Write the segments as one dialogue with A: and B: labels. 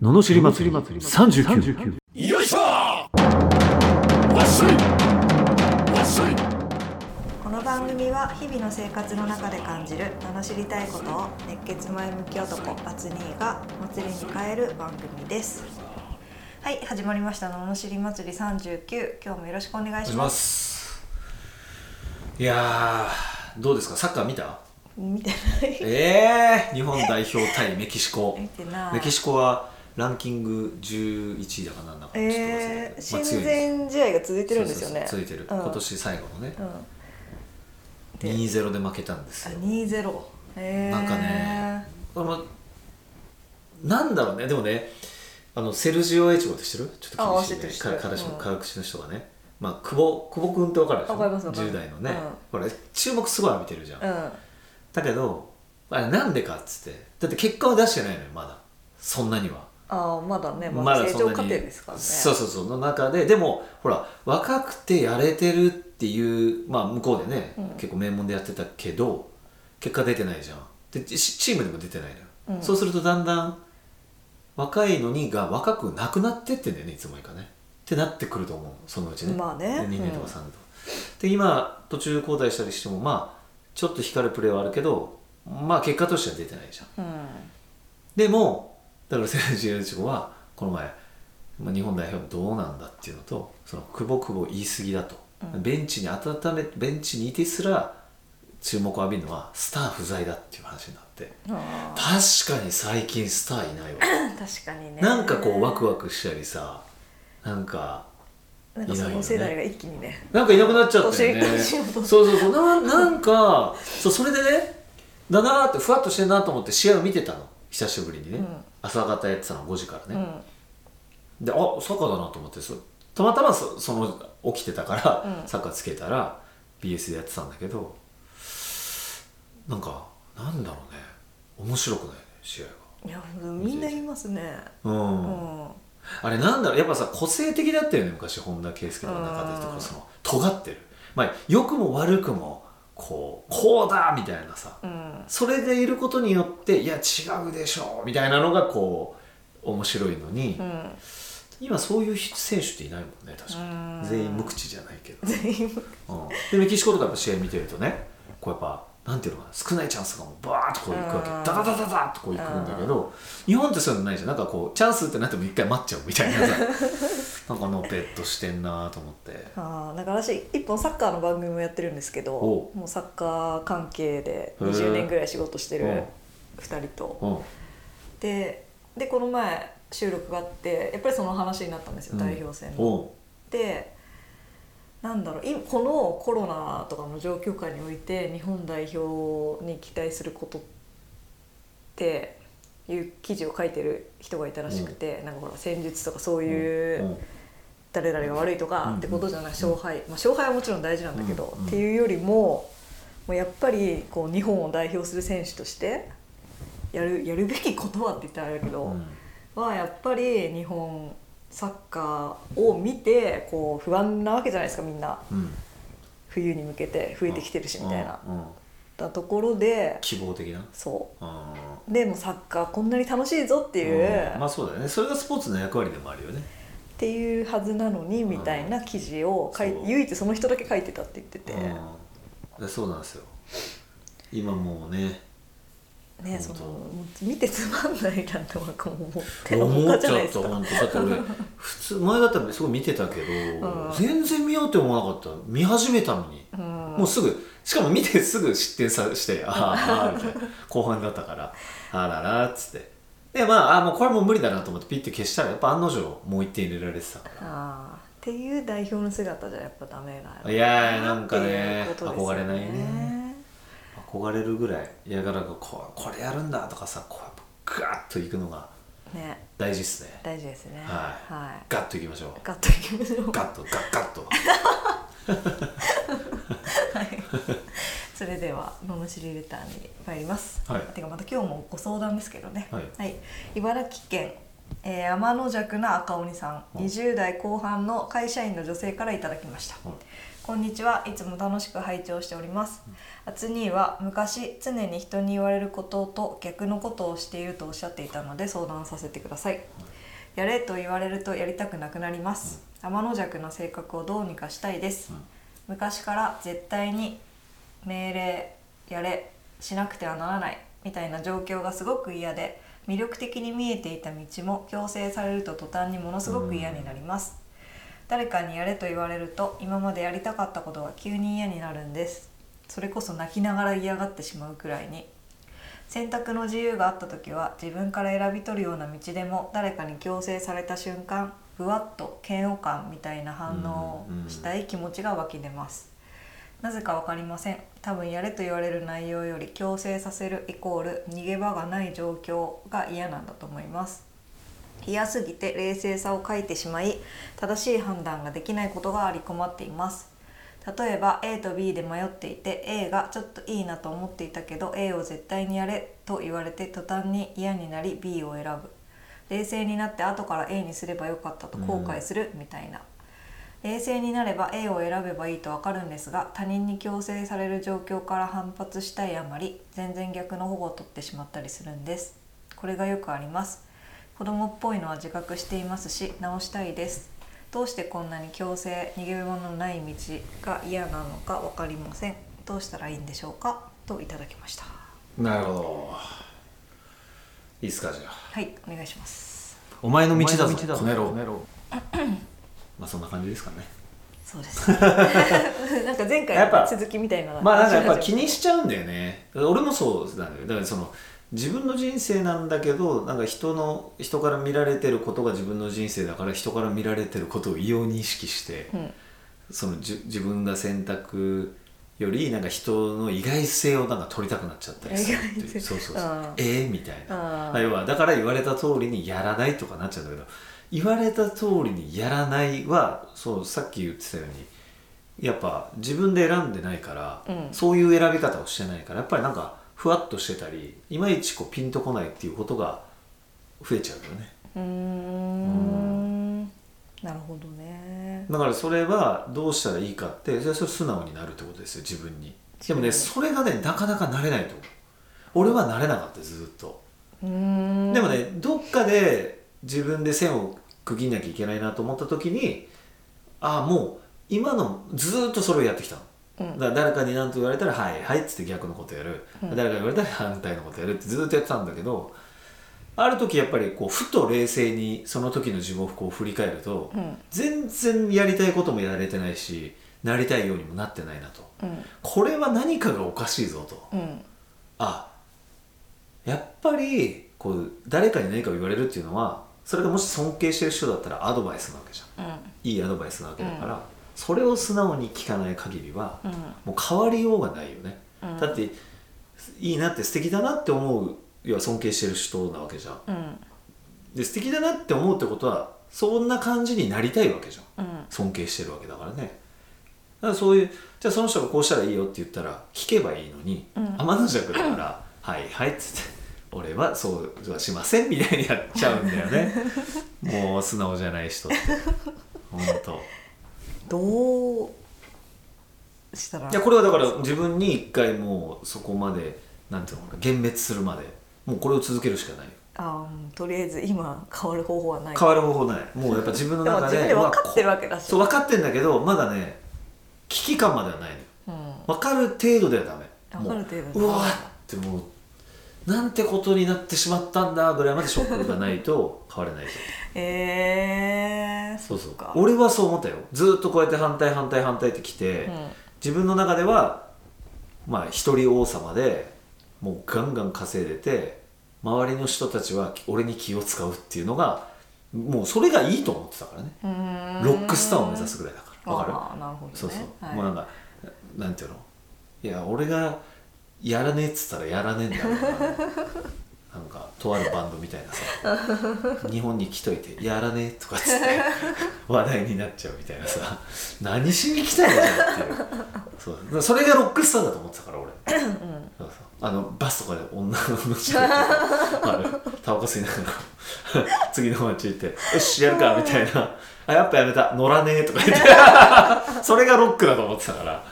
A: ののしり祭り39
B: よいしょわっしょいわっしょい
C: この番組は日々の生活の中で感じる罵りたいことを熱血前向き男バツニーが祭りに変える番組ですはい始まりました「罵り祭り39」今日もよろしくお願い
B: お願い
C: し
B: し
C: ま
B: ますすいやーどうですかサッカー見た
C: 見てない
B: えー、日本代表対メキシコ
C: 見てない
B: メキシコはランキング11位だかなんだかちょっと忘れ
C: え
B: たけどまあ強い
C: ー、親
B: です
C: 善試合が続いてるんですよね
B: そうそうそう続いてる、
C: うん
B: 今年最後のね、
C: うんで
B: 2-0で負けたんです
C: あ
B: よ
C: 2-0えー、
B: なんかねあのなんだろうねでもねあのセルジオ・エチゴって知ってるちょっと厳しい、ね、
C: あ知ってる知ってる
B: か彼氏
C: うん
B: 科学士の人がね、まあ、久保久保君って分かるでしょ
C: わかりますわかる
B: 10代のね、
C: うん
B: ほら注目すごい浴びてるじゃん、
C: うん
B: だけどあれなんでかっつってだって結果を出してないのよまだそんなには。
C: あーまだね、ま
B: ま
C: あ、
B: だ
C: 成
B: そん
C: 長
B: なに
C: 過程ですからね
B: そうそうそうの中ででもほら若くてやれてるっていうまあ向こうでね、
C: うん
B: 結構名門でやってたけど結果出てないじゃんでしチームでも出てないのよ、
C: うん
B: そうするとだんだん若いのにが若くなくなってってんだよねいつもいかねってなってくると思うそのうちね,、
C: まあね
B: 2年とか3年とか、で今途中交代したりしてもまあちょっと光るプレーはあるけどまあ結果としては出てないじゃん
C: うん
B: でもだからセルジオ・エチゴはこの前、まあ、日本代表どうなんだっていうのとその久保久保言い過ぎだと、
C: うん
B: ベンチに温めベンチにいてすら注目を浴びるのはスター不在だっていう話になって
C: あ
B: 確かに最近スターいないわ
C: ー確かにね
B: なんかこうワクワクしたりさなんか
C: なんかその世代が一気にね
B: なんかいなくなっちゃったよね
C: 年越しをどう
B: そうそうそうななんかそうそれでねだなーってふわっとしてんなと思って試合を見てたの久しぶりにね、
C: うん
B: 朝方やってたの5時からね、
C: うん
B: であサッカーだなと思ってそうたまたまそその起きてたから、
C: うん
B: サッカーつけたら BS でやってたんだけどなんかなんだろうね面白くないね試合が
C: いやみんな言いますね
B: うん
C: う、ん
B: あれなんだろうやっぱさ個性的だったよね昔本田圭佑の中でと
C: う
B: か
C: ん
B: その尖ってるまあ良くも悪くもこうこうだみたいなさ
C: うん
B: それでいることによっていや違うでしょみたいなのがこう面白いのに、
C: うん
B: 今そういう選手っていないもんね確かに。
C: うん
B: 全員無口じゃないけど、
C: 全員
B: うん、でメキシコとかやっぱ試合見てるとねこうやっぱなんていうのかな少ないチャンスがもうバーッとこういくわけ
C: うん
B: ダダダダダッとこういくんだけど日本ってそういうのないじゃんなんかこうチャンスってなっても一回待っちゃうみたいなさな んかのペットしてんなと思って
C: あーなんか私一本サッカーの番組もやってるんですけど
B: お
C: もうサッカー関係
B: へ
C: で
B: ー
C: 20年ぐらい仕事して
B: う
C: る
B: ん
C: 2人と
B: うん
C: ででこの前収録があってやっぱりその話になったんですよ代表戦の。
B: お
C: でなんだろう今このコロナとかの状況下において日本代表に期待することっていう記事を書いてる人がいたらしくて、なんかほら戦術とかそう
B: う
C: いう。
B: ん
C: 誰々が悪いとか
B: うん
C: ってことじゃない勝敗、まあ、勝敗はもちろん大事なんだけど、
B: うん
C: っていうよりももうやっぱりこう日本を代表する選手としてやるやるべきことはって言ったらあれだけど、
B: うん
C: はやっぱり日本サッカーを見てこう不安なわけじゃないですかみんな
B: うん
C: 冬に向けて増えてきてるしみたいな。
B: うんうん
C: だところで
B: 希望的な
C: そ
B: うん
C: うでもうサッカーこんなに楽しいぞっていう、
B: うんまあそうだよねそれがスポーツの役割でもあるよね
C: っていうはずなのにみたいな記事を書い
B: そう
C: 唯一その人だけ書いてたって言ってて。
B: うん、そうなんですよ今もうね
C: ね、そ
B: 本
C: の
B: 当
C: もう見てつまんないなんてなんかもう思ってのほ
B: 思
C: か
B: っ
C: じ
B: ち
C: ゃない
B: ゃっ
C: です
B: た
C: か。
B: 本当だって俺普通前だったらすごい見てたけど、
C: うん
B: 全然見ようって思わなかった見始めたのに、
C: うん、
B: もうすぐしかも見てすぐ失点さしてあーあーみたいな後半だったからあららっつってでまああーもうこれもう無理だなと思ってピッて消したらやっぱ案の定もう1点入れられてたから
C: あーっていう代表の姿じゃやっぱダメだ
B: いやーなんかね
C: っていうことです
B: 憧れないね憧れるぐらいいやだからこうこれやるんだとかさこうやっぱガッといくのが
C: ね
B: 大事っすね
C: 大事ですね
B: はい
C: はい
B: ガッといきましょう
C: ガッといきましょう
B: ガッとガッガッと
C: はい それでは「ののしりレター」に参ります、
B: はい
C: てかまた今日もご相談ですけどね
B: はい
C: 茨城県、えー天の弱な赤鬼さん
B: うん
C: 20代後半の会社員の女性からいただきました、
B: はい
C: こんにちはいつも楽しく拝聴しております。あつにーは昔常に人に言われることと逆のことをしているとおっしゃっていたので相談させてください。やれと言われるとやりたくなくなります、天の弱な性格をどうにかしたいで
B: う
C: す、
B: ん
C: 昔から絶対に命令やれしなくてはならないみたいな状況がすごく嫌で魅力的に見えていた道も強制されると途端にものすごく嫌になります、誰かにやれと言われると今までやりたかったことが急に嫌になるんですそれこそ泣きながら嫌がってしまうくらいに選択の自由があった時は自分から選び取るような道でも誰かに強制された瞬間ぶわっと嫌悪感みたいな反応をしたい気持ちが湧き出ますなぜかわかりません多分やれと言われる内容より強制させるイコール逃げ場がない状況が嫌なんだと思います嫌すぎて冷静さを欠いてしまい正しい判断ができないことがあり困っています例えば A と B で迷っていて A がちょっといいなと思っていたけど A を絶対にやれと言われて途端に嫌になり B を選ぶ冷静になって後から A にすればよかったと後悔するみたいな、冷静になれば A を選べばいいとわかるんですが他人に強制される状況から反発したいあまり全然逆の保護を取ってしまったりするんですこれがよくあります子供っぽいのは自覚していますし直したいですどうしてこんなに強制逃げ場のない道が嫌なのか分かりませんどうしたらいいんでしょうかといただきました
B: なるほどいいっすかじゃあ
C: はいお願いします
B: お前の
A: 道
B: 道
A: だ
B: だ
A: ぞ
B: ぞこの野郎
A: この野
B: まあそんな感じですかね
C: そうです なんか前
B: やっ
C: 回の
B: ぱ
C: 続きみたいな
B: まあなんかやっぱ気にしちゃうんだよね俺もそうなんだよだからその自分の人生なんだけどなんか人の人から見られてることが自分の人生だから人から見られてることを異様に意識して、
C: うん
B: そのじゅ自分が選択よりなんか人の意外性をなんか取りたくなっちゃったりするっていう
C: 意外性
B: そうそうそ
C: あ
B: う
C: ー
B: ええみたいな
C: あー
B: まあ要はだから言われた通りにやらないとかなっちゃうんだけど言われた通りにやらないはそうさっき言ってたようにやっぱ自分で選んでないから、
C: うん
B: そういう選び方をしてないからやっぱりなんかふわっとしてたりいまいちこうピンとこないっていうことが増えちゃうよね
C: うーんなるほどね
B: だからそれはどうしたらいいかってそれはそれ素直になるってことですよ自分にでもねそれがねなかなかなれないと思う俺はなれなかったずっと
C: うーん
B: でもねどっかで自分で線を区切んなきゃいけないなと思った時にああもう今のずーっとそれをやってきたの
C: うん
B: だから誰かに何と言われたら「はいはい」っつって逆のことやる、
C: うん
B: 誰かに言われたら反対のことやるってずーっとやってたんだけどある時やっぱりこうふと冷静にその時の自分をこう振り返ると、
C: うん
B: 全然やりたいこともやれてないしなりたいようにもなってないなと
C: うん
B: これは何かがおかしいぞと、
C: うん
B: あやっぱりこう誰かに何かを言われるっていうのはそれがもし尊敬してる人だったらアドバイスなわけじゃん
C: うん
B: いいアドバイスなわけだから、それを素直に聞かない限りは
C: うん
B: もう変わりようがないよね、
C: うん
B: だっていいなって素敵だなって思う要は尊敬してる人なわけじゃん
C: うん
B: で素敵だなって思うってことはそんな感じになりたいわけじゃん
C: うん
B: 尊敬してるわけだからねだからそういうじゃあその人がこうしたらいいよって言ったら聞けばいいのに、
C: うん
B: 天の弱だから「はいはい」っつって「俺はそうはしません」みたいにやっちゃうんだよね もう素直じゃない人ってほんと
C: どうしたら
B: いやこれはだから自分に一回もうそこまでなんていうのかな幻滅するまでもうこれを続けるしかないよ
C: あーとりあえず今変わる方法はない
B: 変わる方法ないもうやっぱ自分の
C: でも
B: 中
C: 自
B: で
C: 分で分かってるわけだし
B: そう分かってんだけどまだね危機感まではないのよ
C: うん
B: 分かる程度ではダメ
C: 分かる程度
B: もううわーってもうなんてことになってしまったんだぐらいまでショックがないと 変われないと
C: えー、
B: そうそう
C: か
B: 俺はそう思ったよずーっとこうやって反対反対反対ってきて、
C: うん
B: 自分の中ではまあ一人王様でもうガンガン稼いでて周りの人たちは俺に気を使うっていうのがもうそれがいいと思ってたからね
C: うーん
B: ロックスターを目指すぐらいだからわかる
C: あーなるほど、ね、
B: そうそう、
C: はい
B: もうなんかなんていうのいや俺がやらねえっつったらやらねえんだろうななんかとあるバンドみたいなさ 日本に来といてやらねえとかっつって話題になっちゃうみたいなさ 何しに来たんだよっていうそうそれがロックスターだと思ってたから俺
C: うん
B: そうそうあのバスとかで女の子の人とかあるタバコ吸いながら 次の街行って「よしやるか」みたいな「あやっぱやめた乗らねえ」とか言って それがロックだと思ってたから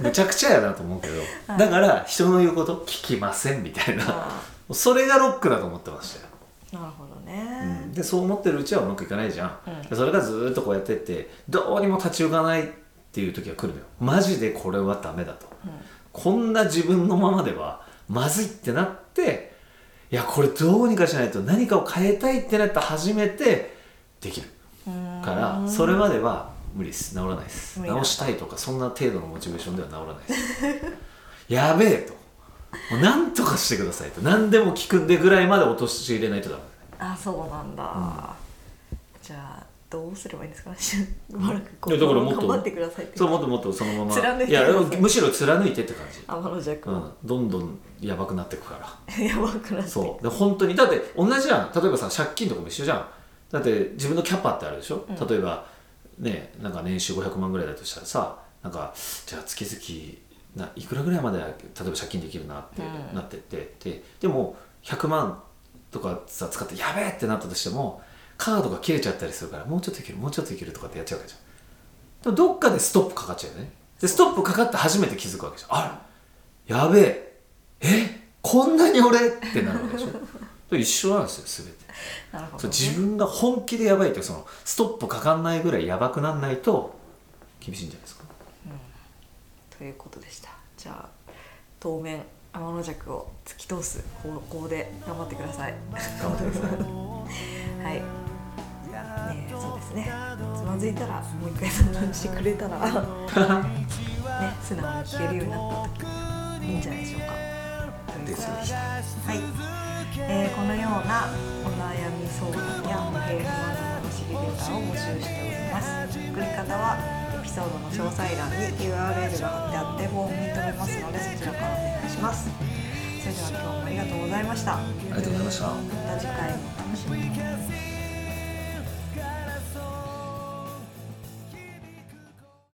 B: むちゃくちゃやなと思うけど、だから人の言うこと聞きませんみたいな
C: あ
B: それがロックだと思ってましたよ、
C: ーなるほど
B: うん
C: ね、
B: でそう思ってるうちはうまくいかないじゃん、
C: うん
B: でそれがずーっとこうやってってどうにも立ち行かないっていう時が来るのよマジでこれはダメだと、こんな自分のままではまずいってなっていやこれどうにかしないと何かを変えたいってなったら初めてできる
C: うん
B: から、
C: うん
B: それまでは無理です治らないです
C: 無理だ
B: 治したいとかそんな程度のモチベーションでは治らないです やべえともうなんとかしてくださいと何でも聞くんでぐらいまで落とし入れないとダメ
C: あそうなんだ、じゃあどうすればいいんですか ねしばらくこ
B: いやだからもっと
C: 頑張ってくださいって
B: そうもっともっとそのまま
C: 貫いて
B: や
C: ください
B: むしろ貫いてって感じ、
C: 天の弱
B: う
C: を、
B: ん、どんどんやばくなってくか
C: やばくな
B: ら
C: って
B: そうで本当にだって同じじゃん例えばさ借金とかも一緒じゃんだって自分のキャパってあるでしょ、
C: うん
B: 例えばねなんか年収500万ぐらいだとしたらさなんかじゃあ月々ないくらぐらいまで例えば借金できるなって
C: うん
B: なってって、ででも100万とかさ使ってやべえってなったとしてもカードが切れちゃったりするからもうちょっといけるもうちょっといけるとかってやっちゃうわけじゃんでもどっかでストップかかっちゃうよねでストップかかって初めて気づくわけじゃんあらやべええこんなに俺ってなるわけでしょ で一緒なんですよ全て
C: なるほどね、
B: そう自分が本気でやばいってそのストップかかんないぐらいやばくなんないと厳しいんじゃないですか
C: ということでしたじゃあ当面天の弱を突き通す方向で頑張ってください
B: 頑張ってください
C: はいねそうですねつまずいたらもう一回相談してくれ たらね素直に聞けるようになったらいいんじゃないでしょうかということでしたはい、えーこのようなお悩み相談や不平不満の知りレターを募集しております送り方はエピソードの詳細欄に URL が貼ってあってフォームに飛べますのでそちらからお願いしますそれでは今日もありがとうございました
B: ありがとうございました
C: また次回もお楽しみに